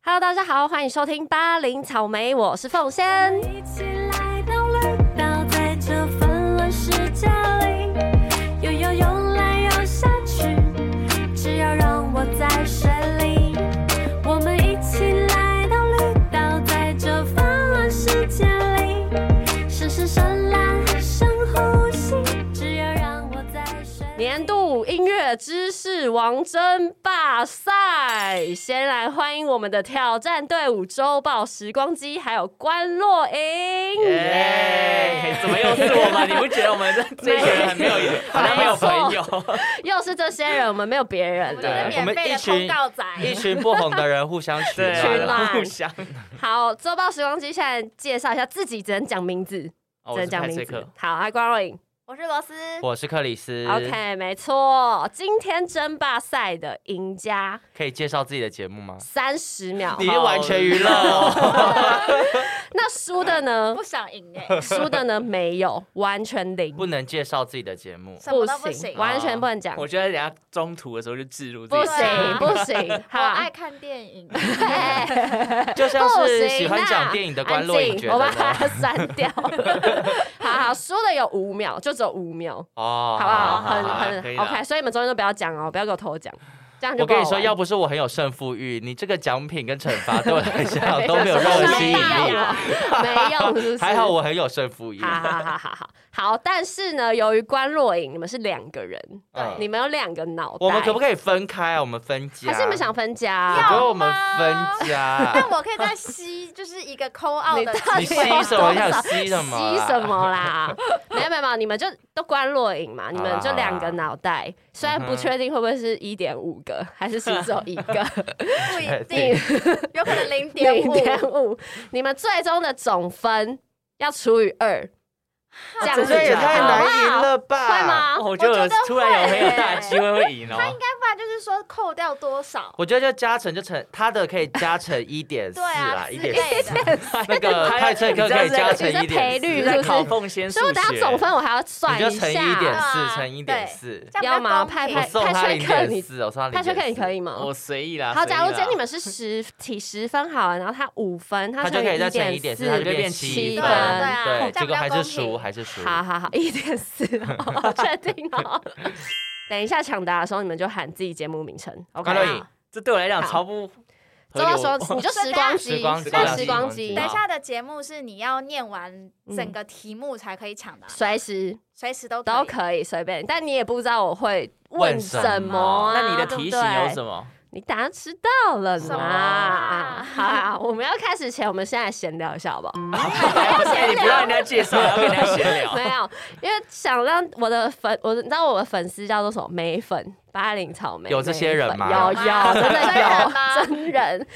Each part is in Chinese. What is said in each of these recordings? Hello，大家好，欢迎收听八零草莓，我是凤仙。一起来到绿岛，在这纷乱世界里，有游泳来游下去，只要让我在水里。我们一起来到绿岛，在这纷乱世界里，试试深蓝深呼吸，只要让我在水里。年度音乐知识王争霸赛，先来欢迎我们的挑战队伍——周报时光机，还有关洛英。耶！怎么又是我们？你不觉得我们这这群人很没有，好像没有朋友？又是这些人，我们没有别人 对了。我免们费一的群通告仔，一群不红的人互相取对群暖。啦啊，互相。好，周报时光机现在介绍一下自己，只能讲名字，哦只我是能讲派名翠字克。。好，来关洛英。我是罗斯，我是克里斯 OK，没错，今天争霸赛的赢家可以介绍自己的节目吗？三十秒你，是完全娱 乐哦，那输的 呢不？想赢哎，输的呢？没有，完全零，不能介绍自己的 节目。什么都不行。完全不能讲，我觉得人家中途的时候就置入自不己。对行啊不行。我好，爱看电影，就像不行是啊喜欢讲电影的关洛影，觉我得把它呢？删掉。好好，输的有五秒，就只有五秒，哦， 好不好？好很好很可以啦 OK，所以你们中间都不要讲哦，不要给我偷讲，这样就我跟你说，不好玩要不是我很有胜负欲，你这个奖品跟惩 罚对我来讲对都没有让我吸引没力。有没有，是不是还好我很有胜负欲。好好好好好好，但是呢，由于关若影，你们是两个人，嗯你们有两个脑袋，我们可不可以分开啊？我们分家？还是你们想分家、我觉要得我们分但 家。我可以再吸，就是一个抠奥你的到底你吸要多什么？你少想吸什么啊啦？吸什么啦？ 没有没有没有，你们就都关若影嘛，你们就两个脑袋，虽然不确定会不会是一点五个，还是是只有一 个不一定对，有可能零点零五。点五，你们最终的总分要除以二，这样啊这子就好也太难赢了吧？会？吗？哦我觉得突然有很有大机会会赢他哦应。该不然就是说扣掉多少？我觉得就加成就成，他的可以加成一点四对啊啦，，之一点类的。 那 个派翠克可以加成一你这赔点率是你四，不是在考凤仙数所以我等下学，总分我还要算你就一乘下，以一点对四啊乘一点四。这要样比较吗？公派平我派送他派零翠克点你，四，我送他零派点翠四。克你可以吗？我随意啦。哦好，假如随啊今意啦天你们是十 题十分好了，然后他五分，他他就乘可以以再乘一一点点四，他四就变七七分分。对啊对啊这对，结样果还比较是公平输，还是输。好好好， 一点四，好确定哦。等一下抢答的时候，你们就喊自己节目名称。OK，关洛影，这对我来讲好超不周合到理。时候我你就时光机，时光机那时时光光机机等一下的节目是你要念完整个题目才可以抢答，随时随时嗯都都以。可以随便，但你也不知道我会问问什什么啊。那你的提醒有什么？么？你答案知道了什么啦。 好啊，我们要开始前，我们现在闲聊一下好不好？哎你不让人家介绍，要跟人家闲聊。 没有，因为想让我的粉，我你知道我的粉丝叫做什么？梅粉、八零草莓，有这些人吗梅粉有有，真真人的吗有真人。啊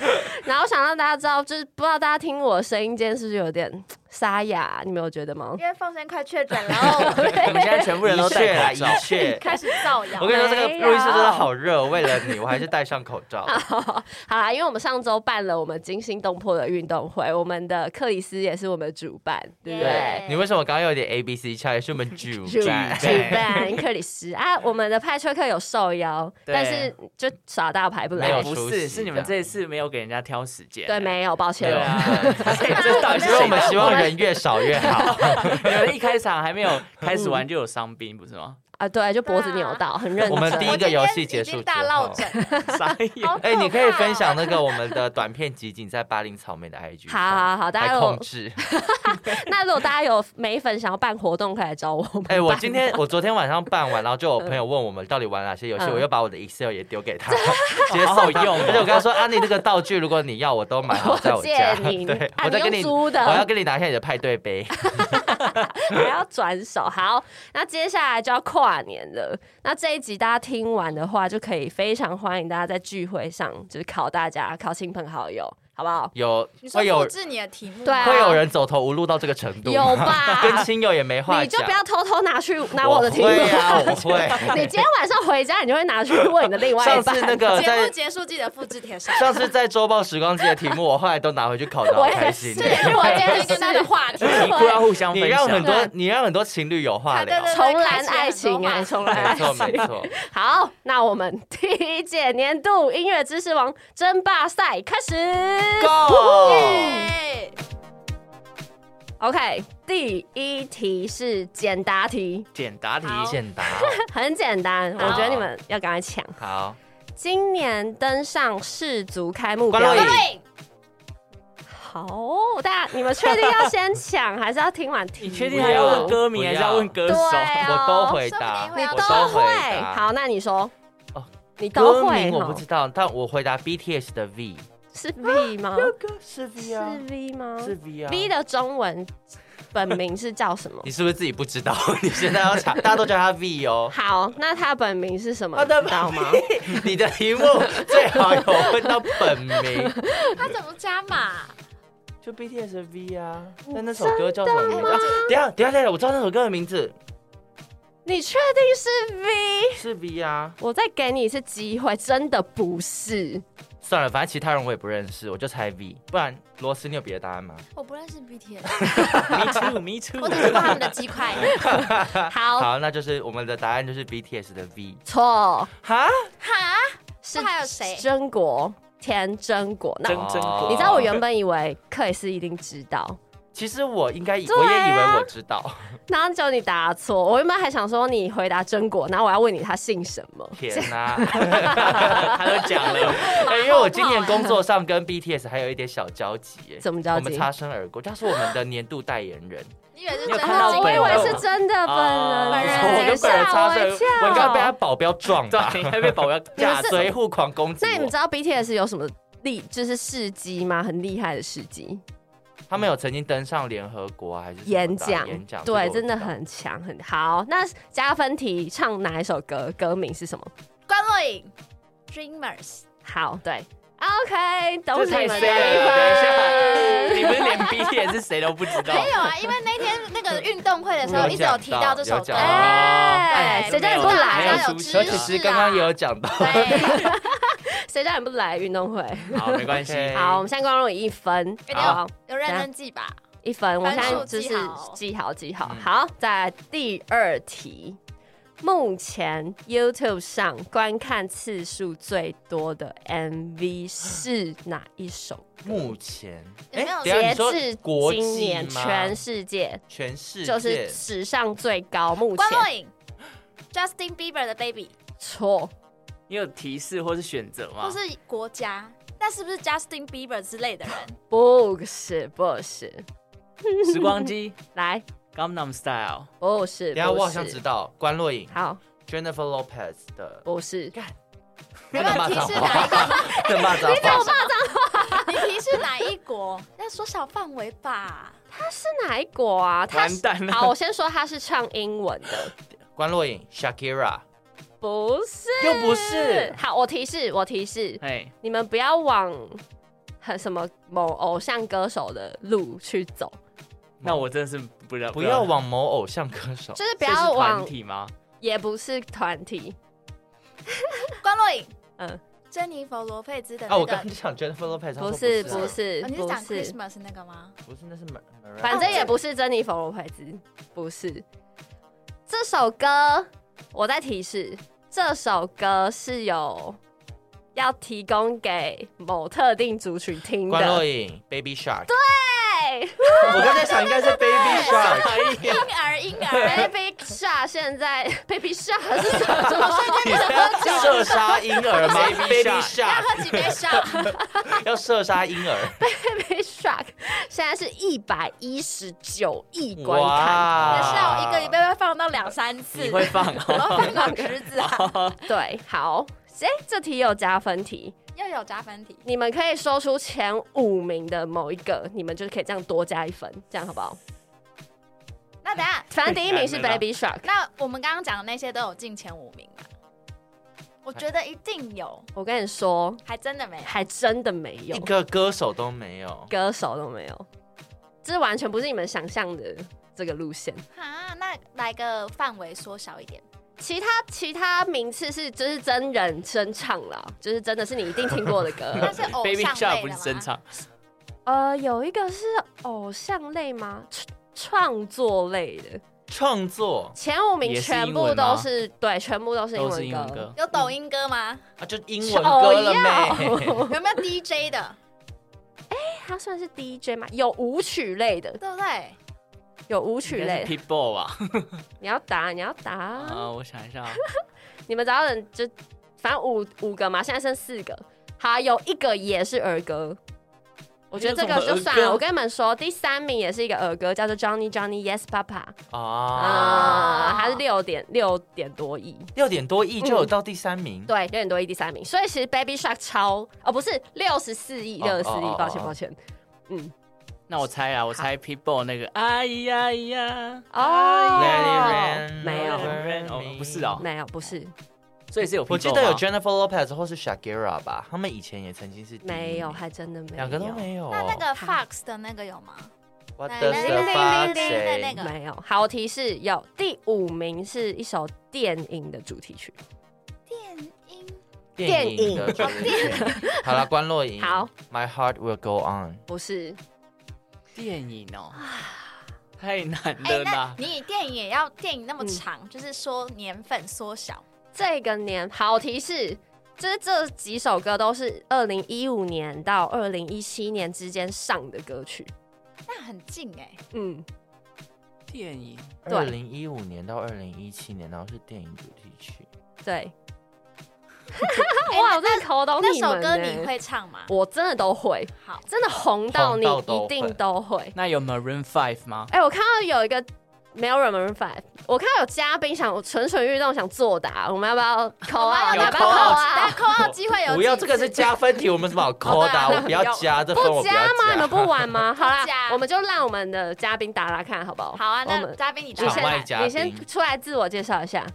然后想让大家知道，就是不知道大家听我的声音今天是不是有点沙哑？你们有觉得吗？因为凤仙快确诊了，然后我 们我们现在全部人都戴来，口一罩。切。开始造谣 我。跟你说，这个没录音室真有的好热，为了你，我还是戴上口罩。好啦，因为我们上周办了我们惊心动魄的运动会，我们的克里斯也是我们的主办，对不对耶？你为什么刚刚有点 A B C 腔？也是我们主主主办办克里斯啊，我们的派崔克有受邀，对但是就耍大牌不没来有。不出是，席是你的们这一次没有给人家挑时间。对，没有，抱歉对。啊， 所以这到底 是所以我谁们的希望人越少越好。你们一开场还没有开始玩就有伤兵，不是 吗？啊，对，就脖子扭到，很认真。我 们第一个游戏结我今天已束经之大落后，枕，傻眼。好可怕哎、你可以分享哦。那个我们的短片集锦在巴林草莓的 IG 好上。好好，大家来控有制。 那如果大家有美粉想要办活动，可以来找我们办。哎、我今天我昨天晚上办完，然后就有朋友问我们到底玩哪些游戏，嗯我又把我的 Excel 也丢给他，直接好好送他用哦而且我跟他说啊，你那个道具如果你要，我都买好在我借家。你，对，啊，我你再跟用你，租的，我要跟你拿一下你的派对杯。还要转手。好，那接下来就要跨年了。那这一集大家听完的话，就可以非常欢迎大家在聚会上，就是考大家，考亲朋好友，好不好？有你说会有复制你的题目吗，对啊会有人走投无路到这个程度吗？有吧？ 跟亲友也没话讲。你就不要偷偷拿去拿我的 题目。会啊，我会。 你今天晚上回家，你就会拿去问你的另外一上半次。那个节目在结束记得复制贴上。 上次在周报时光机的题目，我后来都拿回去考的 好我也开心是，的。这也是我今这天是跟跟他他的的话话题题。你不要互相 你分让很享。多对你让很多情侣有话啊对聊对。重燃爱情哎，重燃爱没情错。没错，好，那我们第一届年度音乐知识王争霸赛开始。 Go！耶 OK，第一题是简答题， 简答题，好简答，很简单，我好觉得你们要赶快抢。哦好， 今年登上世足开幕关表洛演影，对，好哦，大家你们确定要先抢，还是要听完题目？你确定还要问歌不名，要还是要问歌对手？啊， 我都会答，说不你定我会都回会。啊答。好，那你说哦，你都歌会名我不哦知，道，但我回答 BTS 的 V，是 V 吗？歌是 啊是 V 吗是 V 啊？V 的中文本名是叫 什么？你是不是自己不知道？你现在要查，大家都叫他 V 哦。好，那他本名是什么？他你的知道吗？ 你的题目最好有问到本名，他怎么加码？就 BTS 的 V 啊。那那首歌叫什么名字？啊等一下，等一下，等一下，我知道那首歌的名字你确定是 V？是 V 啊。我再给你一次机会，真的不是。算了，反正其他人我也不认识，我就猜 V。不然罗斯，你有别的答案吗？我不认识 BTS， Me too，Me 我 too 只。吃过他们的鸡块。好，呃好，那就是我们的答案就是 BTS 的 V。错，哈，哈，是还有谁真国田真国。那真真哦国，你知道我原本以为克里斯一定知道，其实我应该，我也对啊以为我知道。然后就你答错。我原本还想说你回答真国，然后我要问你他姓什么。天 哪、他都讲了，哎因为我今年工作上跟 BTS 还有一点小交集耶，啊怎么交集我们擦身而过，他是我们的年度代言人。你以为是你有真看到哦的鸡我本以人块吗为是真的本人，哦本人我跟本人吓擦我啊身，哎一跳。我刚刚被他保镖撞对啊到，，你还被保镖架他走。随护狂攻击那你们我知。道 BTS 有什么厉，就是事迹吗？很厉害的事迹，他们有曾经登上联合国啊还是什么的演讲，演讲对，这个我真知道的很强，很好。那加分题唱哪一首歌？歌名是什么？关洛影 Dreamers，好，对，OK，懂这你太们的深了一你分。们连 BTS 是谁都不知道。哦没有啊，因为那天那个运动会的时候一直有提到这首有歌讲到有讲。到哎，对谁叫你没不有啦来没有啊？啦有出知尤识其啊是刚刚也有讲到，对，谁叫你不来运动会？好，没关系。 OK 好，我们现在光荣一分，哎好，有认真记吧。一分，我现在分数就是记好记好记好。嗯好，再来第二题，目前 YouTube 上观看次数最多的 MV 是哪一首？目前有没有等一下截你说至国际今年，吗全世界全世界就是史上最高，目关洛前影 Justin Bieber 的 Baby，错。你有提示或是选择吗或？是国家，那是不是 Justin Bieber 之类的人？不是不是，时光机来， Gangnam Style，不是，等一下我好像不是知道关洛影好， ，Jennifer Lopez 的不是，有没有提示哪一个？的骂脏话， 你提示哪一国？要缩小范围吧。他是哪一国啊？他完是蛋了好，我先说他是唱英文的，关洛影 Shakira 不是，又不是。好，我提示，我提示，哎，你们不要往很什么某偶像歌手的路去走，那我真的是不知道，哦不要往某偶像歌手，就是不这是要团往，体吗？也不是团体，关洛影，嗯，珍妮佛罗佩兹的啊，那我个，哦刚刚就想 Jennifer Lopez，她说不是，啊不，是哦，你是不讲是， Christmas 那个吗？不是，那是啊 Mar- Mariah 反正也不是珍妮佛罗佩兹，不是。这首歌，我在提示，这首歌是有要提供给某特定族群听关洛的。影 Baby Shark，对啊我刚才想应该是 Baby Shark，哎呀，婴儿，婴儿， ，Baby Shark 现在 Baby Shark 是什么？你在射杀婴儿吗 Baby ？Baby Shark 喝几杯沙，要射杀婴儿， Baby Shark 现在是一百一十九亿观看，可哇是啊我一个礼拜会放到两三次，你会放我要哦？放到侄子啊， 对，好，哎、这题有加分题，又有加分题。你们可以说出前五名的某一个，你们就可以这样多加一分，这样好不好？那等一下，反正第一名是太难了 Baby Shark，那我们刚刚讲的那些都有进前五名吗？我觉得一定有，我跟你说，还 真的没有。还真的没有一，个歌手都没有，歌手都没有，这完全不是你们想象的这个路线。啊，那来个范围缩小一点，其他其他名次是就是真人真唱啦，就是真的是你一定听过的那 歌。是偶 Baby 像 Shark 类不的是吗？真唱，呃，有一个是偶像类吗？创创作类的创作前五名也是全英部文吗都是对，全部都是英都是文英文歌歌。有抖音歌吗？啊，就英文歌了哦呗。有没有 DJ 的？他算是 DJ 吗？有舞曲类的，对不对？有舞曲类的。 People 吧？你要打，你要打，啊，我想一下啊，你们找到人就反正五五个嘛，现在剩四个，好，有一个也是儿歌。我觉得这个就算有什么儿歌了。我跟你们说，第三名也是一个儿歌，叫做 Johnny Johnny Yes Papa 啊，啊、它是六点六点多亿，六点多亿就有到第三名，对，六点多亿第三名。所以其实 Baby Shark 超哦，不是六十四亿，哦六十四哦亿哦，抱歉哦抱歉。嗯，那我猜啊，我猜 People 那个哎呀呀，哦 Let it rain，没 let it 有 rain 哦不是哦没有，不是所以是有 People 我记得有吗 Jennifer Lopez 或是 Shakira 吧，他们以前也曾经是第一没有，名还真的没有，两个都没有。那那个好 Fox 的那个有吗？ What 那 does 那 the 那 fuck 那 say？那个没有。好提示有第五名是一首电影的主题曲。电音电影的主题曲。好了，关洛影。好，My heart will go on。不是，电影 哦，太难哎、那了啦。你电影也要电影那么嗯长，就是说年份缩小。这个年好提示，就是这几首歌都是二零一五年到二零一七年之间上的歌曲。那很近哎、嗯，电影对二零一五年到二零一七年，然后是电影主题曲。对。哎哇，我真的考到那你首们歌呢你会唱吗？我真的都会，好，真的红到红你到都一定会都会。那有 Maroon Five 吗？哎、我看到有一个没有 r e m e m b e 我看到有嘉宾想，我蠢蠢欲动想作答， 我们要不要 call 啊？有要不要 call call out，但啊？扣号机会有不要，几这个次是加分题，我 们怎么好抠哦对的啊啊？我不要不要加，这 分不我不要加吗？你们加。不玩吗？好啦不加，我们就让我们的嘉宾打打看，好不好？好啊。我那们嘉宾你你唱场先外来嘉你宾先出来自我介绍一下，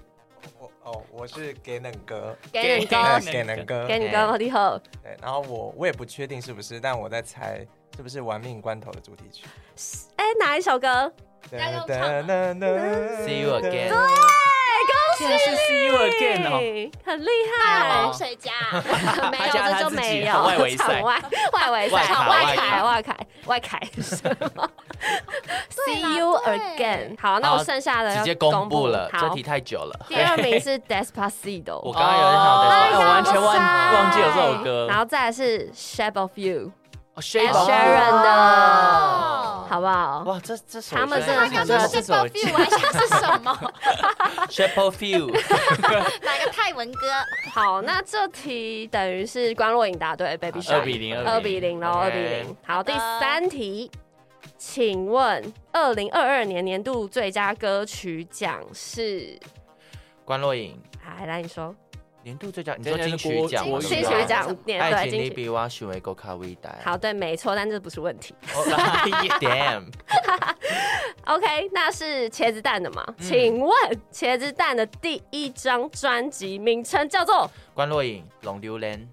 我哦，我是给冷哥，给你给哥，呃冷 给冷哥给。你哥，你好，对，然后我我也不确定是不是，但我在猜是不是《玩命关头》的主题曲。哎，哪一首歌？要用唱吗 See you again。现在是 See You Again 哦，哎很厉大害风，水家啊、没他有，加这他就自己没好有。外围赛场外外围赛，外卡好外外凯卡外凯外凯什么？See 啦 you 对 again。好，那我好剩下的直要接公公布了，这好题，太久了。第二名是我 Despacito，刚刚有点哦想哎再我说，完全忘哇忘记有这首歌。然后再来是 Shape of You，Ed 哦 Shape of Sheeran 的，哦，好不好？哇，这这首啊他们真真的他很刚这刚是这说 s h a p e of You，我还想是什么？ Shape of You，哪个泰文歌？好，那这题等于是关若颖答对，Baby 二 Shark 比零，啊二比零喽，二比 OK 零。好，第的三题，请问二零二二年年度最佳歌曲奖是？关若颖哎，来你说，年度最佳，你说今金年是曲国奖国吗，语金吧曲奖年爱对情金里曲。比我喜欢够卡微带。好，对，没错，但这不是问题。哦 ，Damn， OK，那是茄子蛋的嘛？请问茄子蛋的第一张专辑名称叫做？关若颖龙榴莲，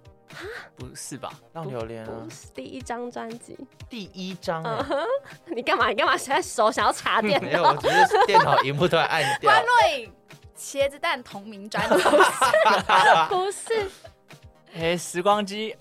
不是吧？浪榴莲啊不，是第一张专辑，第一张嗯哎，哼， 你干嘛？你干嘛现在手想要插 电 没有，脑我？只是电脑荧幕突然按掉关。若颖茄子蛋同名专辑，不是，哎，时光机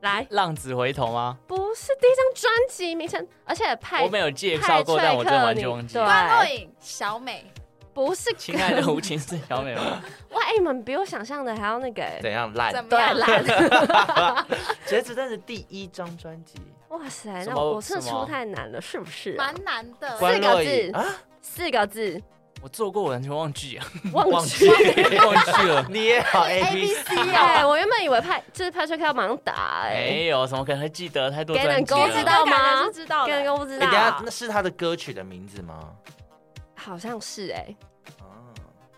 来，浪子回头吗？不是第一张专辑名称，而且派我没有介绍过，派翠但我真的克完你全忘记。对啊关若颖小美，不是亲爱的吴情是小美吗？ 哇！哎、你们比我想象的还要那个、欸，怎样烂？怎么对，样？啊 烂。茄子蛋的第一张专辑， 哇塞，什那么我这什么出太难了，是不是啊、蛮难的，关若颖字啊，四个字， 我做过，我完全忘记了，忘忘记记。忘记 了。你也好 A A B B C， C 哎、 哦。我原本以为派就是派出克要马上打、哎、没有，怎么可能会记得太多给专人辑勾知了？道感觉吗是？知道的给人勾不知哎道啊等一，下那是他的歌曲的名字吗？好像是哎、啊，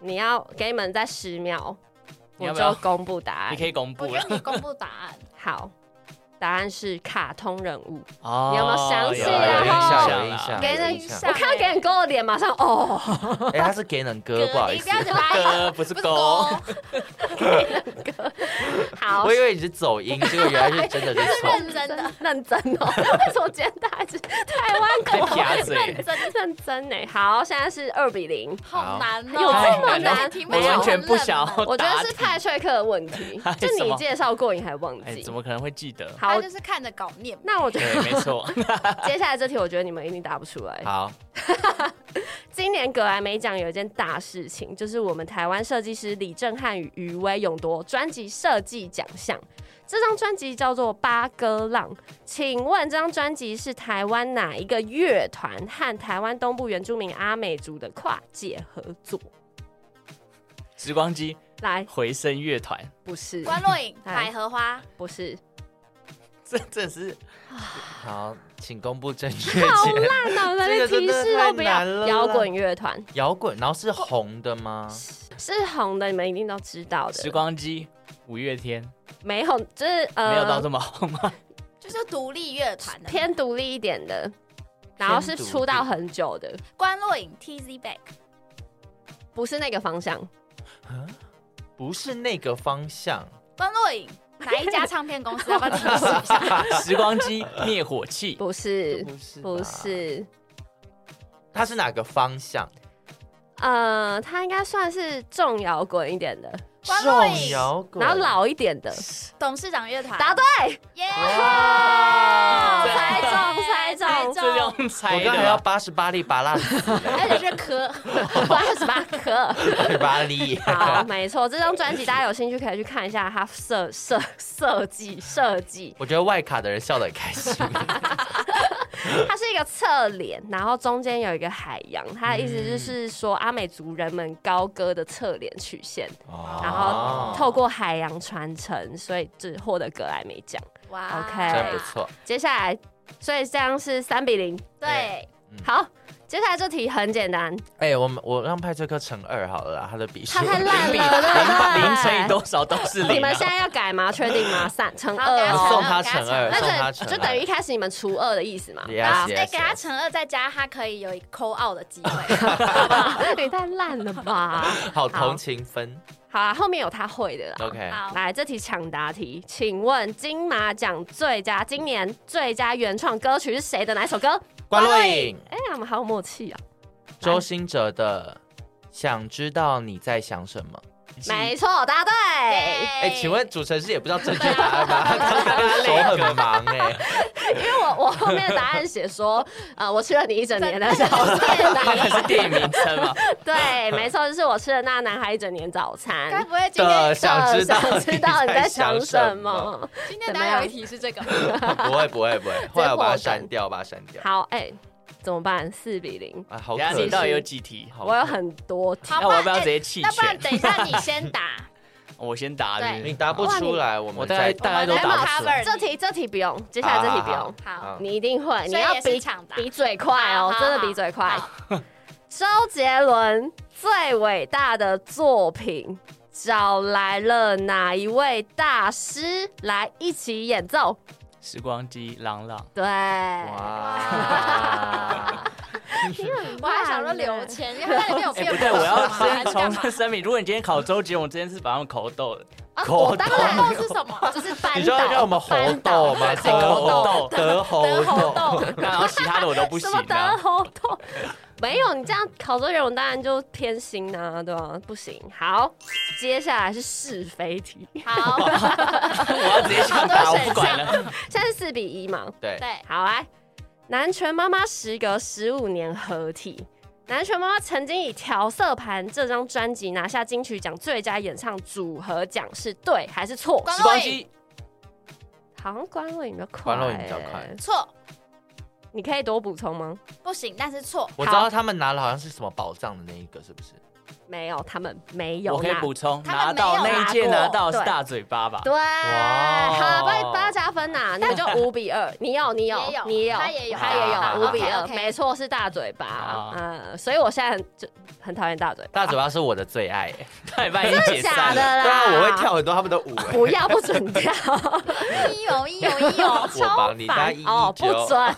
你要给你们再十秒，哦你我要不要就公布答案你。可以公布我觉了得。你公布答案，好，答案是卡通人物。哦你有没有想起有是有啊有印象，吼有印象，给有人印象对我看到给人勾的脸，马上哦，哎，他是给 人歌，不好意你思不，要嘴巴歌不是不是勾，勾，好我以为你是走音，结果原来是真的是错。认真的，认真哦。 为什么今天大家是台湾在 狗？撇嘴，真认真呢。好，现在是二比零。好难哦，有这么难这题目没我有完全不想。想要我觉答得是题派翠克的问题哎，就什你么介绍过，你还忘哎，记怎。么可能会记得？好他，就是看着稿念。那我觉对，没得 错，接下来这题，我觉得你们一定答不出来。好，今年格莱美奖有一件大事情，就是我们台湾设计师李正汉与余威勇夺专辑设计奖项。这张专辑叫做《八哥浪》，请问这张专辑是台湾哪一个乐团和台湾东部原住民阿美族的跨界合作？时光机来，回声乐团，不是， 关若影、哎百合花，不是，这这是好，请公布正确解。烂了，这连个真提的示太都不要难了。啦摇滚乐团摇滚，然后是红的吗？是红的，你们一定都知道时的。光机，五月天没红，就是呃，没有到这么红吗？就是独立乐团的偏独立一点的，然后是偏独立出道很久的，关若影 TZ Back，不是那个方向。不是那个方向。关若影哪一家唱片公司？要不要提示 一下？时光机，灭火器，不是，不是吧不，是，它是哪个方向？呃，他应该算是重摇滚一点的，关若影重摇滚，然后老一点的。董事长乐团，答对， 耶！哇猜中，猜猜中 中，这这用猜我的刚才要吗。八十八粒巴拉而且是科，八十八颗。 巴粒，好，没错，这张专辑大家有兴趣可以去看一下它设设设计设计， 我觉得外卡的人笑得很开心。它是一个侧脸，然后中间有一个海洋，它的意思就是说阿美族人们高歌的侧脸曲线，然哦后啊透过海洋传承，所以只获得格莱美奖。哇 OK 真不错，接下来，所以这样是三比零。对，嗯好，接下来这题很简单，哎、我们我让派崔克乘二好了啦，他的笔数它太烂了，比零乘以对不多少都是啊对？你零啊们。现在要改吗？确定吗？三乘好二给我哦送，他乘二，那送他这乘就二，等于一开始你们除二的意思嘛？ Yes, 然后 yes, 再给他 yes 乘二，再加他可以有一扣 out 的机会。 你太烂了吧！好同情分。好啊，后面有他会的啦。 OK，好，来，这题抢答题，请问金马奖最佳今年最佳原创歌曲是谁的哪一首歌？关若影，哎、呀，我们好有默契啊！周兴哲的《想知道你在想什么》。 没错，答对。哎、哎请问主持人是也不知道正确答案吗？他他手很忙哎、因为我我后面的答案写说，呃，我吃了你一整年的早 那餐。个是电影名称嘛？ 对，没错，就是我吃了那男孩一整年早该餐。不会今天的想知道想知道你在想想什什么么？？今天大家有一题是这个， 不会不会不会，后来我把它删掉，把它删掉。好，哎、怎么办？四比零，啊，好等下可你惜到。底有几题？好我有很多题。好那我要不要直接弃那不然权？等一下你先答，我先答对是不你是。答不出来，我我们大概再大概都我们答来不出 cover 来。这题这题不用，接下来这题不用，好，你一定会，你所以要也是比抢答。比嘴快哦，好真的好比嘴快好。周杰伦最伟大的作品找来了哪一位大师来一起演奏？时光机，朗朗。对，哇，我还想说刘谦，因为他那边有哎、变不对，我要化还先是重干嘛申声明，如果你今天考周杰伦，我今天是把他们口斗的。啊口我当然然后是什么？就是翻你知道倒，让我们猴翻豆倒吗？对猴豆，德德猴豆，斗，那然后其他的我都不什行么啊得。喉痛？没有，你这样考周杰伦当然就偏心啊，对吧、不行。好，接下来是是非题，好，我要直接抢答，我不管了。现在是四比一嘛？对，对，好来，南拳妈妈时隔十五年合体。南拳妈妈曾经以《调色盘》这张专辑拿下金曲奖最佳演唱组合奖，是对还是错？关时光机，好像关若影比较快、关若影比较快欸错你可以多补充吗？不行，但是错，我知道他们拿了好像是什么宝藏的那一个，是不是？没有，他们没有我可以拿补充，他拿们没有到那一届拿过拿到的是对大嘴巴吧？ 对，哇好，帮你帮他加分呐、那你就五比 二，你有你有也有你有，他也有他好也有好五比二， OK，OK 没错是大嘴巴好，嗯，所以我现在很就很讨厌大嘴巴，大嘴巴是我的最爱、欸，太半夜解假散的了。啦，对啊，我会，跳很多他们的舞、 欸，不要不准跳，一有一有一有，我帮 你加烦一一哦，不九，准，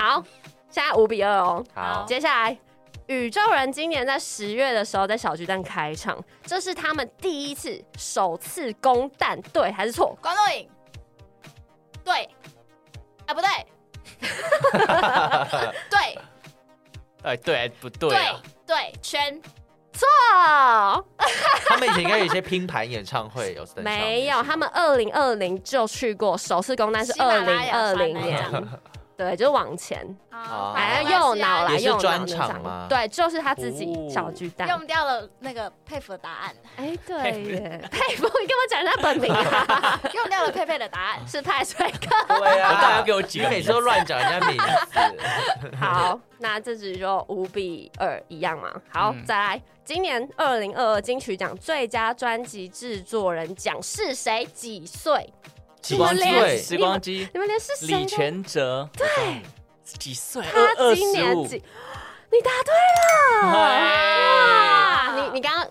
好，现在五比二哦，好，接下来。宇宙人今年在十月的时候在小巨蛋开唱，这是他们第一次首次公蛋，对还是错？关若影，对，啊不对，对哎，对，不对啊对？对，圈哦错，他们以前应该有一些拼盘演唱会，有登上没有，面是吗他们二零二零就去过，首次公单是喜马二拉零雅二山零那一年。对，就是往前，啊反反正正右右脑脑啦，来也是右脑专那场张吗对，就是他自己哦小巨蛋。用掉了那个佩服的答案，哎，对耶，佩服，你干嘛讲人家本名 啊？用掉了佩佩的答案。是派帅哥。 对我到底啊要，给我几你个名字？每次都乱讲人家名字。好，那这局就五比二一样嘛。好，嗯再来，今年二零二二金曲奖最佳专辑制作人奖是谁？几岁？时光你们机，连时光机，你们连是谁李都？全哲，对，几岁？他二今年25几？你答对了！哎哇，你你刚刚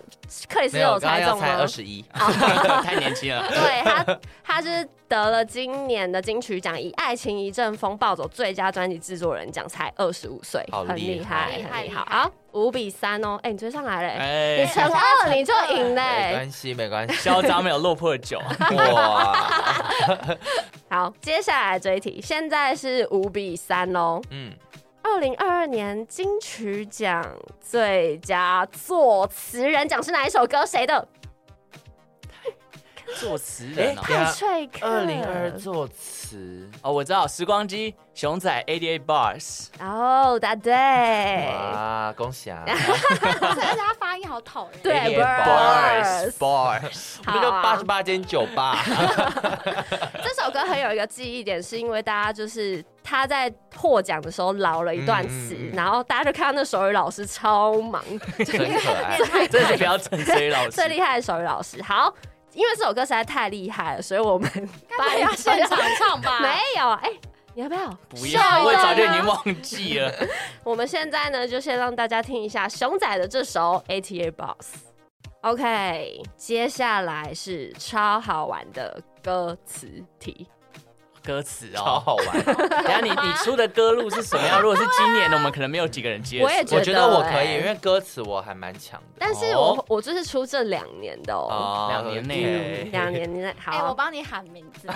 克里斯没有，有我刚刚猜要中猜吗二？十一， 太年 轻了。对他，他就是得了今年的金曲奖，以《爱情一阵风》抱走最佳专辑制作人奖，才二十五岁，好很厉厉害害，很厉厉害。害好，五比三哦，哎，你追上来了，哎你乘二你就 赢了。没哎关系，没关系。嚣张没有落魄的啊酒，哇，好，接下来这一题，现在是五比三喽。嗯，二零二二年金曲奖最佳作词人奖是哪一首歌？谁的？作词人哦哎。派翠克。二零二二作词，哦，我知道，时光机，熊仔 A D A Bars，哦，答对。哇，恭喜啊！而且他发音好讨厌。对88 Bars bars，好啊那个八十八间酒吧，这首歌很有一个记忆点，是因为大家就是他在获奖的时候捞了一段词，嗯嗯嗯然后大家就看到那手语老师超 忙，真可爱。真的是不要整谁老师最。厉害的手语老师。好，因为这首歌实在太厉害了，所以我 们把他要现场唱吧。没有哎、你要不要？不要，秀我一段早就已啊经忘记了。我们现在呢，就先让大家听一下熊仔的这首《ATA Boss》。OK，接下来是超好玩的歌词题。 歌词超哦，好玩。 等一下你你出的歌路是什么样？如果是今年的，我们可能没有几个人接触。我也我觉觉得得我欸可以，因为歌词我还蛮强的。但是我、我就是出这两年的哦，哦两年内嗯两年内好。哎，我帮你喊名 字。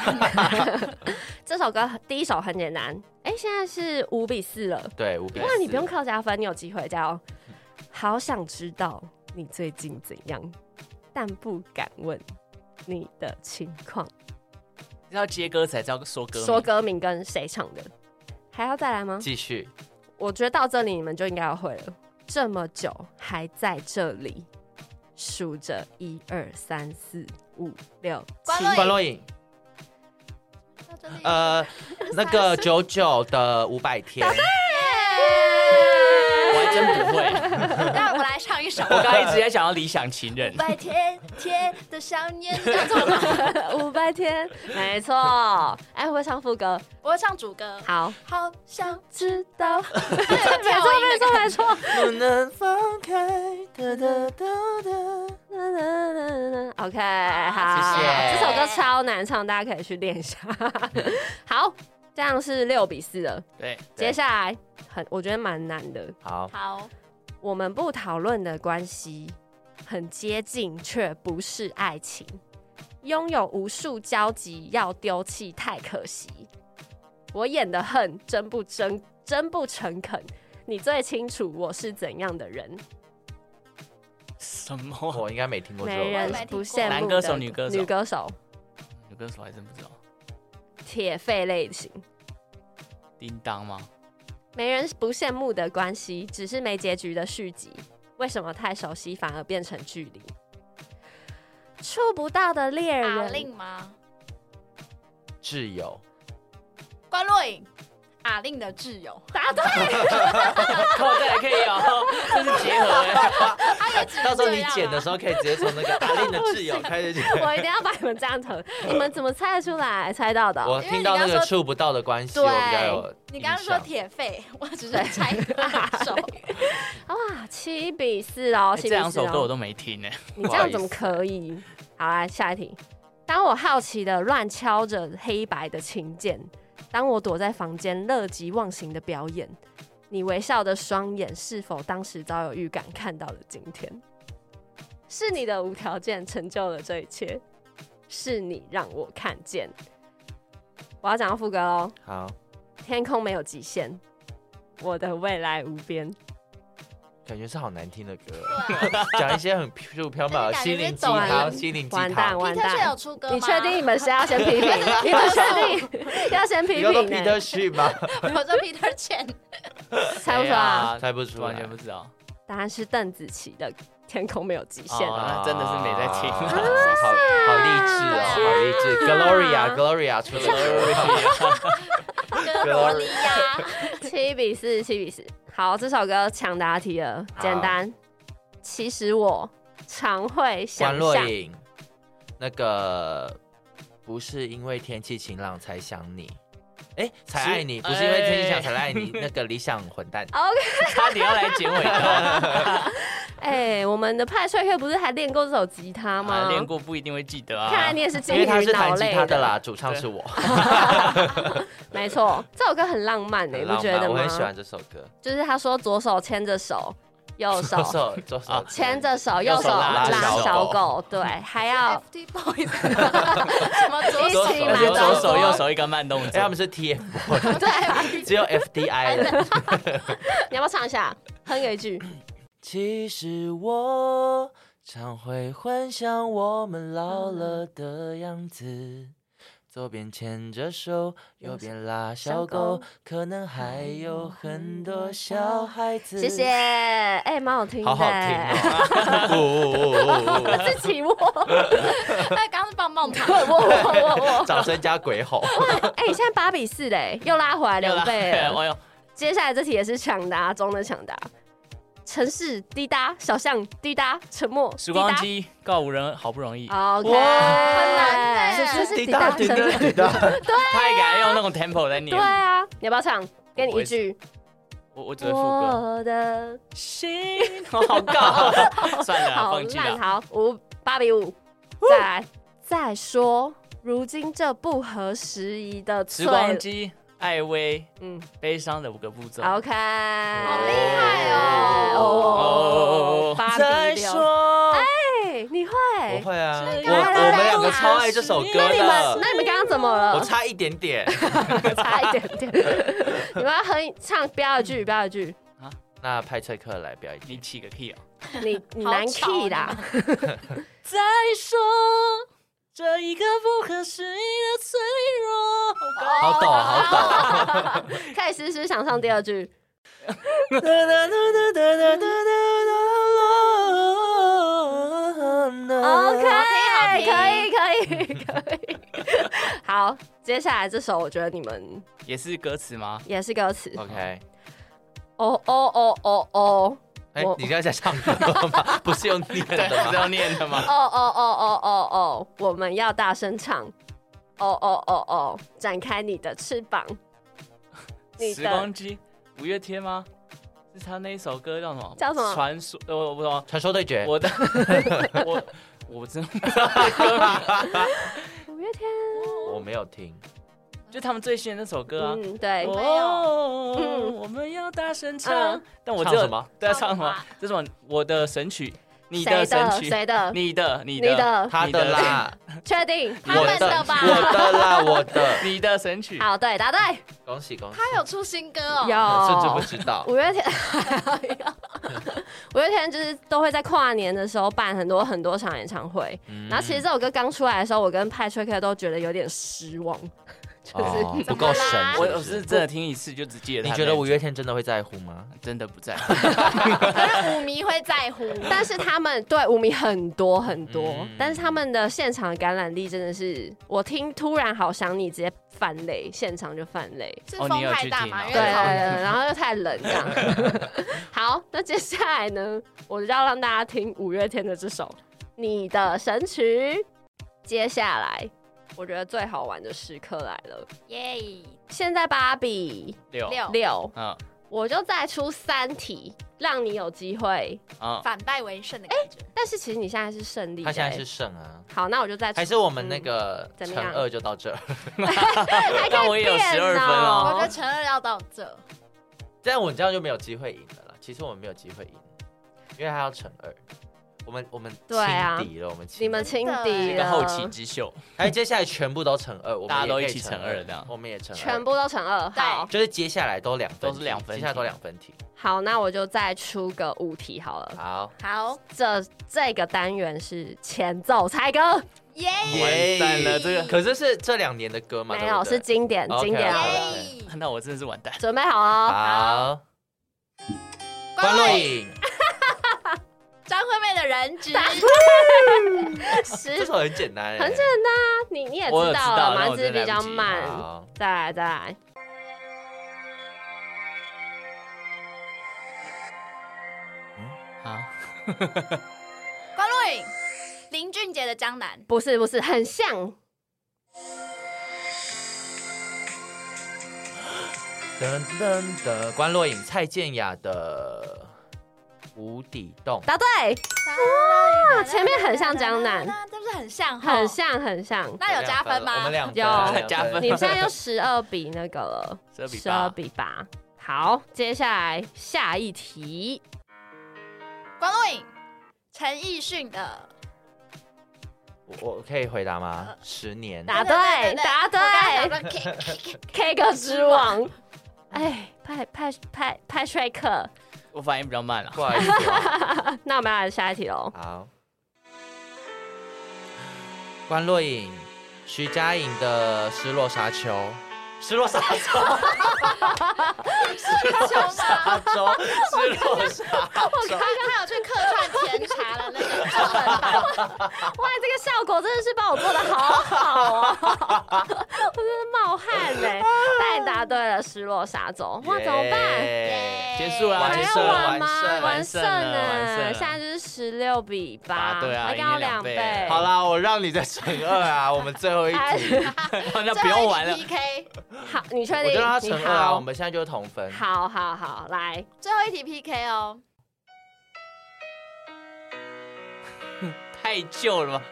这首歌第一首很简单，哎、现在是五比四了，对五比哇，你不用四靠加分，你有机会加油。嗯好想知道你最近怎样，但不敢问你的情况。要接歌才知道说歌名。说歌名跟谁唱的，还要再来吗？继续。我觉得到这里你们就应该要会了。这么久还在这里，数着一二三四五六，关请若关颖若颖，那真的有 呃，那个九九的五百天，我还真不会。让我来唱一首。我刚刚一直在想要理想情 人，白天天的想念，五百天，没错。哎，会不会唱副歌？我会唱主歌。好，好想知道。对，没错，没错，没错。不能放开。哒哒哒哒 OK，好好，谢谢这首歌超难唱，大家可以去练一下。好，这样是六比四了。对，接下来很，我觉得蛮难的。好，好，我们不讨论的关系，很接近却不是爱情，拥有无数交集，要丢弃太可惜。我演的恨真不真，真不诚恳。你最清楚我是怎样的人，什么？我应该没听过这没首人歌。不羡慕男歌手的女歌手女歌手，有歌手还真不知道。铁肺类型。叮当吗？没人不羡慕的关系，只是没结局的续集。为什么太熟悉反而变成距离？触不到的猎阿人，令吗？挚友，关若颖，阿令的挚友，答对，扣这还可以哦，这是结 合啊哎。他也只能到时候这你样啊剪的时候可以直接从那个阿令的挚友开 始剪。 我一定要把你们这样 疼。你们怎么猜得出来？猜到的哦、我听到那个触不到的关系，因我为你比刚较刚有印象。你刚刚说铁肺，我只是猜打手。哇，啊七比四哦，哎七比这两四首歌我哦。都没听呢。你这样怎么可以？好，来下一题。当我好奇的乱敲着黑白的琴键，当我躲在房间乐极忘形的表演，你微笑的双眼是否当时早有预感看到了今天？是你的无条件成就了这一切，是你让我看见。我要讲到副歌喽。好，天空没有极限，我的未来无边。感觉是好难听的歌，对啊 讲一些很虚无缥缈的就是感觉心灵鸡是走汤、完心灵鸡完蛋汤。完，Peter 是蛋有！出歌吗？你确定你？们是要先 批评？你们确定要先批你要说评彼呢？得逊吗？我说 Peter Chen，啊猜不出哎来，呀猜不出来完全不知道。答案是邓紫棋的《天空没有极限》。哦那真的是没在听啊 好好励志哦，好励志。Gloria 啊 Gloria 出了 Gloria，跟罗莉亚，七比四，七比四。好，这首歌抢答题了，好简单。其实我常会关想若象，颖，那个不是因为天气晴朗才想你。哎，才爱你，不是因为天气晴朗才爱你。那个理想混 蛋，差点要来剪尾刀，哎、我们的派翠克不是还练过这首吉他吗？啊练、过不一定会记得啊。看来你也是金因为他鱼是脑弹吉类他的啦，主 唱是我，没错，这首歌很浪漫的、很你不浪觉漫，得我吗很？喜欢这首歌。就是他说左手牵着手，右手左手左手啊哦牵着手，右手手拉拉小小狗狗，对，还要 FT Boys，什么左一手起我买觉得左到手右手一个慢动哎，他们作，是 TF，对，只有 FDI 的。你要不要唱一下？哼个一句，其实我常会幻想我们老嗯了的样子，左边牵着手，右边拉小小狗狗，可能还有很多小孩子。谢谢，哎、蛮好听的、欸好好听哦！自己握那刚刚是棒棒糖，握握握握。掌声加鬼吼， 哎、你现在八比四嘞，又拉回来对吧两倍哎了。呦，接下来这题也是抢答中的抢答，城市滴答，小巷滴答，沉默时光。机告五人好不容易滴，答 OK，哇很难是欸不是滴答滴声？答滴答，他也敢用那种 tempo 来念对，啊，你要不要唱？给你一句，我我只会副歌。我的心，我 好高，算了啊，好放弃烂，了。好五八比五，再来再说，如今这不合时宜的时光脆，机，艾薇，嗯悲伤的五个步骤。 ，OK，好厉害哦哦，八再比六。说，哎你会？ 我会啊，我刚刚我们两个超爱这首歌那你们，的，那你们刚刚怎么了？我差一点点。 差一点 点。你们要哼唱标一句，标一句，那派翠克来表演。你起个屁哦！你你好难吵 key 啦。再说这一个不合时宜的脆弱。好抖，好抖。开始思思想唱第二句，OK，可以可以可以。好，接下来这首我觉得你们也是歌词吗？也是歌词。 OK，哦哦哦哦哦哎我，你刚才在唱歌吗？不是用念的是 吗？要念的吗哦？哦哦哦哦哦，我们要大声唱。哦哦哦哦，展开你的翅膀。你时的光机，五月天吗？是他那一首歌叫什么？叫什么传说？呃，我不知道。传说对 决，我的，我我真的不知道。五月天，我没有听。就他们最新的那首歌啊。嗯，对，哦嗯我们要大声唱嗯，但我唱只有什么？对啊，唱唱什什么么啊？这种我的神曲，你谁的神的曲，谁的？ 你的，你你的，的，他的啦，确定？他们的吧我的啦，我的。 你的神曲。好，啊对，答对，恭喜恭喜！他有出新歌哦，我甚至不知道。五月天， 五月天就是都会在跨年的时候办很多很多场演唱会。嗯然后其实这首歌刚出来的时候，我跟派崔克都觉得有点失 望，就是、哦不够神，我是我不是是真的听一次就只记得他你那一句。觉得五月天真的会在乎吗？真的不 在？可是舞迷会在乎，但是他们对舞迷很多很多，嗯但是他们的现场感染力真的是，我听突然好想你直接翻泪，现场就翻泪。是哦风你有太去大听嘛，哦因对为对好对，然后又太冷这 样。好，那接下来呢，我就要让大家听五月天的这首《你的神曲》。接下来，我觉得最好玩的时刻来了。耶现在八比六六六，嗯我就再出三题，让你有机会。嗯，反败为胜的感觉，但是其实你现在是胜利的他欸、现在是胜啊，好，那我就再出还是我们那个嗯怎么乘样二就到这儿？但我也有十二分我哦。觉得陈二要到这，但我这样就没有机会赢了啦。其实我们没有机会赢，因为他要乘二。我们我们对啊轻敌了，我们轻敌你们轻真敌的一个了，后起之秀，哎，接下来全部都乘二，我们大家都也一可以起乘二这样我们也乘二，全部都乘二。对好，就是接下来都两分题，都是两分题嗯接下来都两分题。好，那我就再出个五题好了。好，好，这这个单元是前奏猜歌，耶！完蛋了，这个可是是这两年的歌嘛？没有对是不对经典 OK，经典好好了，的耶 那我真的是完蛋。准备好了哦。好，关关若若影，张惠妹的人质， 十这首很简单欸，很简单啊，你你也知道我有知道了但嘛，我只是真的比较来不及慢。好再来再来，好，关若影，林俊杰的《江南》，不是不是，很像，噔噔噔，关若影、蔡健雅的《无底洞》答对，哇前面很像江南，这不是很像？很。像很像。那有加分吗？我们两有加 分你现在又十二比那个了， 12比8比八。好，接下来下一题，关若影，陈奕迅的，我我可以回答吗？十年，呃答对对对对答我刚刚对想说，K 歌之王。哎，派派派派帅克，我反应比较慢啊了。不好意思 哦。那我们要来下一题 喽。好，关若影、徐佳莹的《失落沙丘》，失落沙丘，秋吗？沙洲，失落沙刚洲。刚还有去客串甜茶的那个剧本版，哇，这个效果真的是把我做的好好哦，我真的冒汗嘞！但你答对了，失落沙洲，哇，怎么办？耶结束啦完还要胜了玩吗？完完胜完胜胜了完胜呢？了现在就是十六比八，啊对啊还刚好赢了两倍倍。好，啦，我让你再乘二 啊，我们最后一哎题，那不用玩了最后一题 PK，好，你确我定？就让他你乘二啊，好我们现在就同分。好好好，来，最后一题 PK 哦。太旧了吧？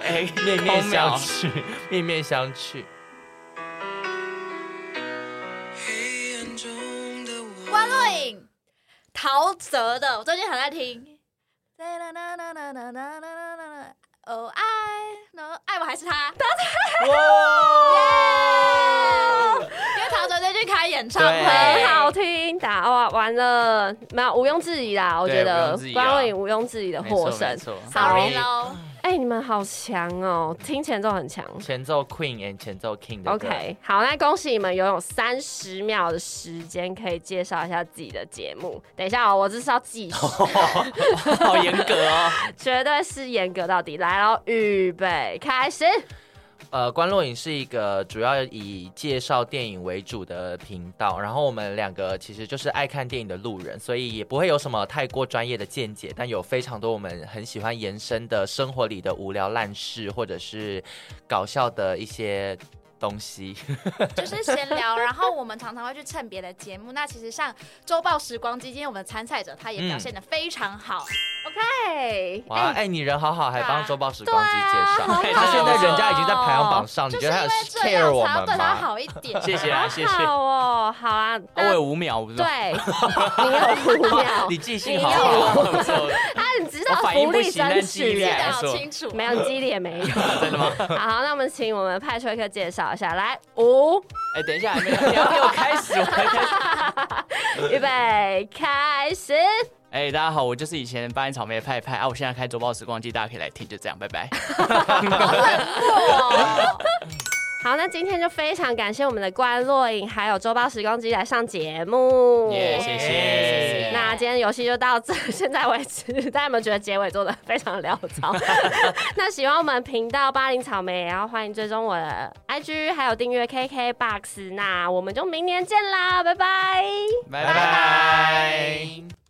哎，面面相空觑，面面相觑。关若影、陶喆的，我最近很爱听。哦，爱，no，爱我还是他，哇！因为陶喆最近开演唱很哎会，对好听，打哇完了，没有毋庸置疑啦，我觉对得毋庸置疑啊关伟毋庸置疑的没获错胜没。错。 ，sorry 喽。哎、你们好强哦，听前奏很强。前奏 Queen and 前奏 King 的歌 OK，好，那恭喜你们拥有三十秒的时间，可以介绍一下自己的节目。等一下哦，我这是要计 时，好严格 哦。绝对是严格到底。来喽，预备，开始。呃，关若影是一个主要以介绍电影为主的频道，然后我们两个其实就是爱看电影的路人，所以也不会有什么太过专业的见解，但有非常多我们很喜欢延伸的生活里的无聊烂事，或者是搞笑的一些东西。就是闲聊，然后我们常常会去蹭别的节目。那其实像《周报时光机》，今天我们的参赛者他也表现的非常好，哦哎，哇，哎、你人好好，还啊帮《周报时光机》介绍，对啊他现在人家已经在好好哦排行榜上，你就是觉因为得他有这 care 样我才要对们他吗？，好一点。谢谢啊，谢谢。哎好哦，好啊，我那有五秒，我不知道。对，哎你有五秒 你记性你好有好啊，不错啊，你知道我反应福不利行争但记忆取力记耶得还好说清楚，没有，你记忆力也没有。真 的吗？好，那我们请我们派崔克介绍一下，来，五，哎，等一下，还没有，你要给我 开始，我还开始。预备，开始。哎，大家好，我就是以前八音草莓的派派啊，我现在开《周报时光机》，大家可以来听，就这样，拜拜。哇好，那今天就非常感谢我们的关若影还有周报时光机来上节目。耶，谢谢谢。那今天游戏就到这，现在为止，大家有没有觉得结尾做的非常潦草？那喜欢我们频道八零草莓，也要欢迎追踪我的 IG，还有订阅 KKBox。那我们就明年见啦，拜拜。拜拜。拜拜。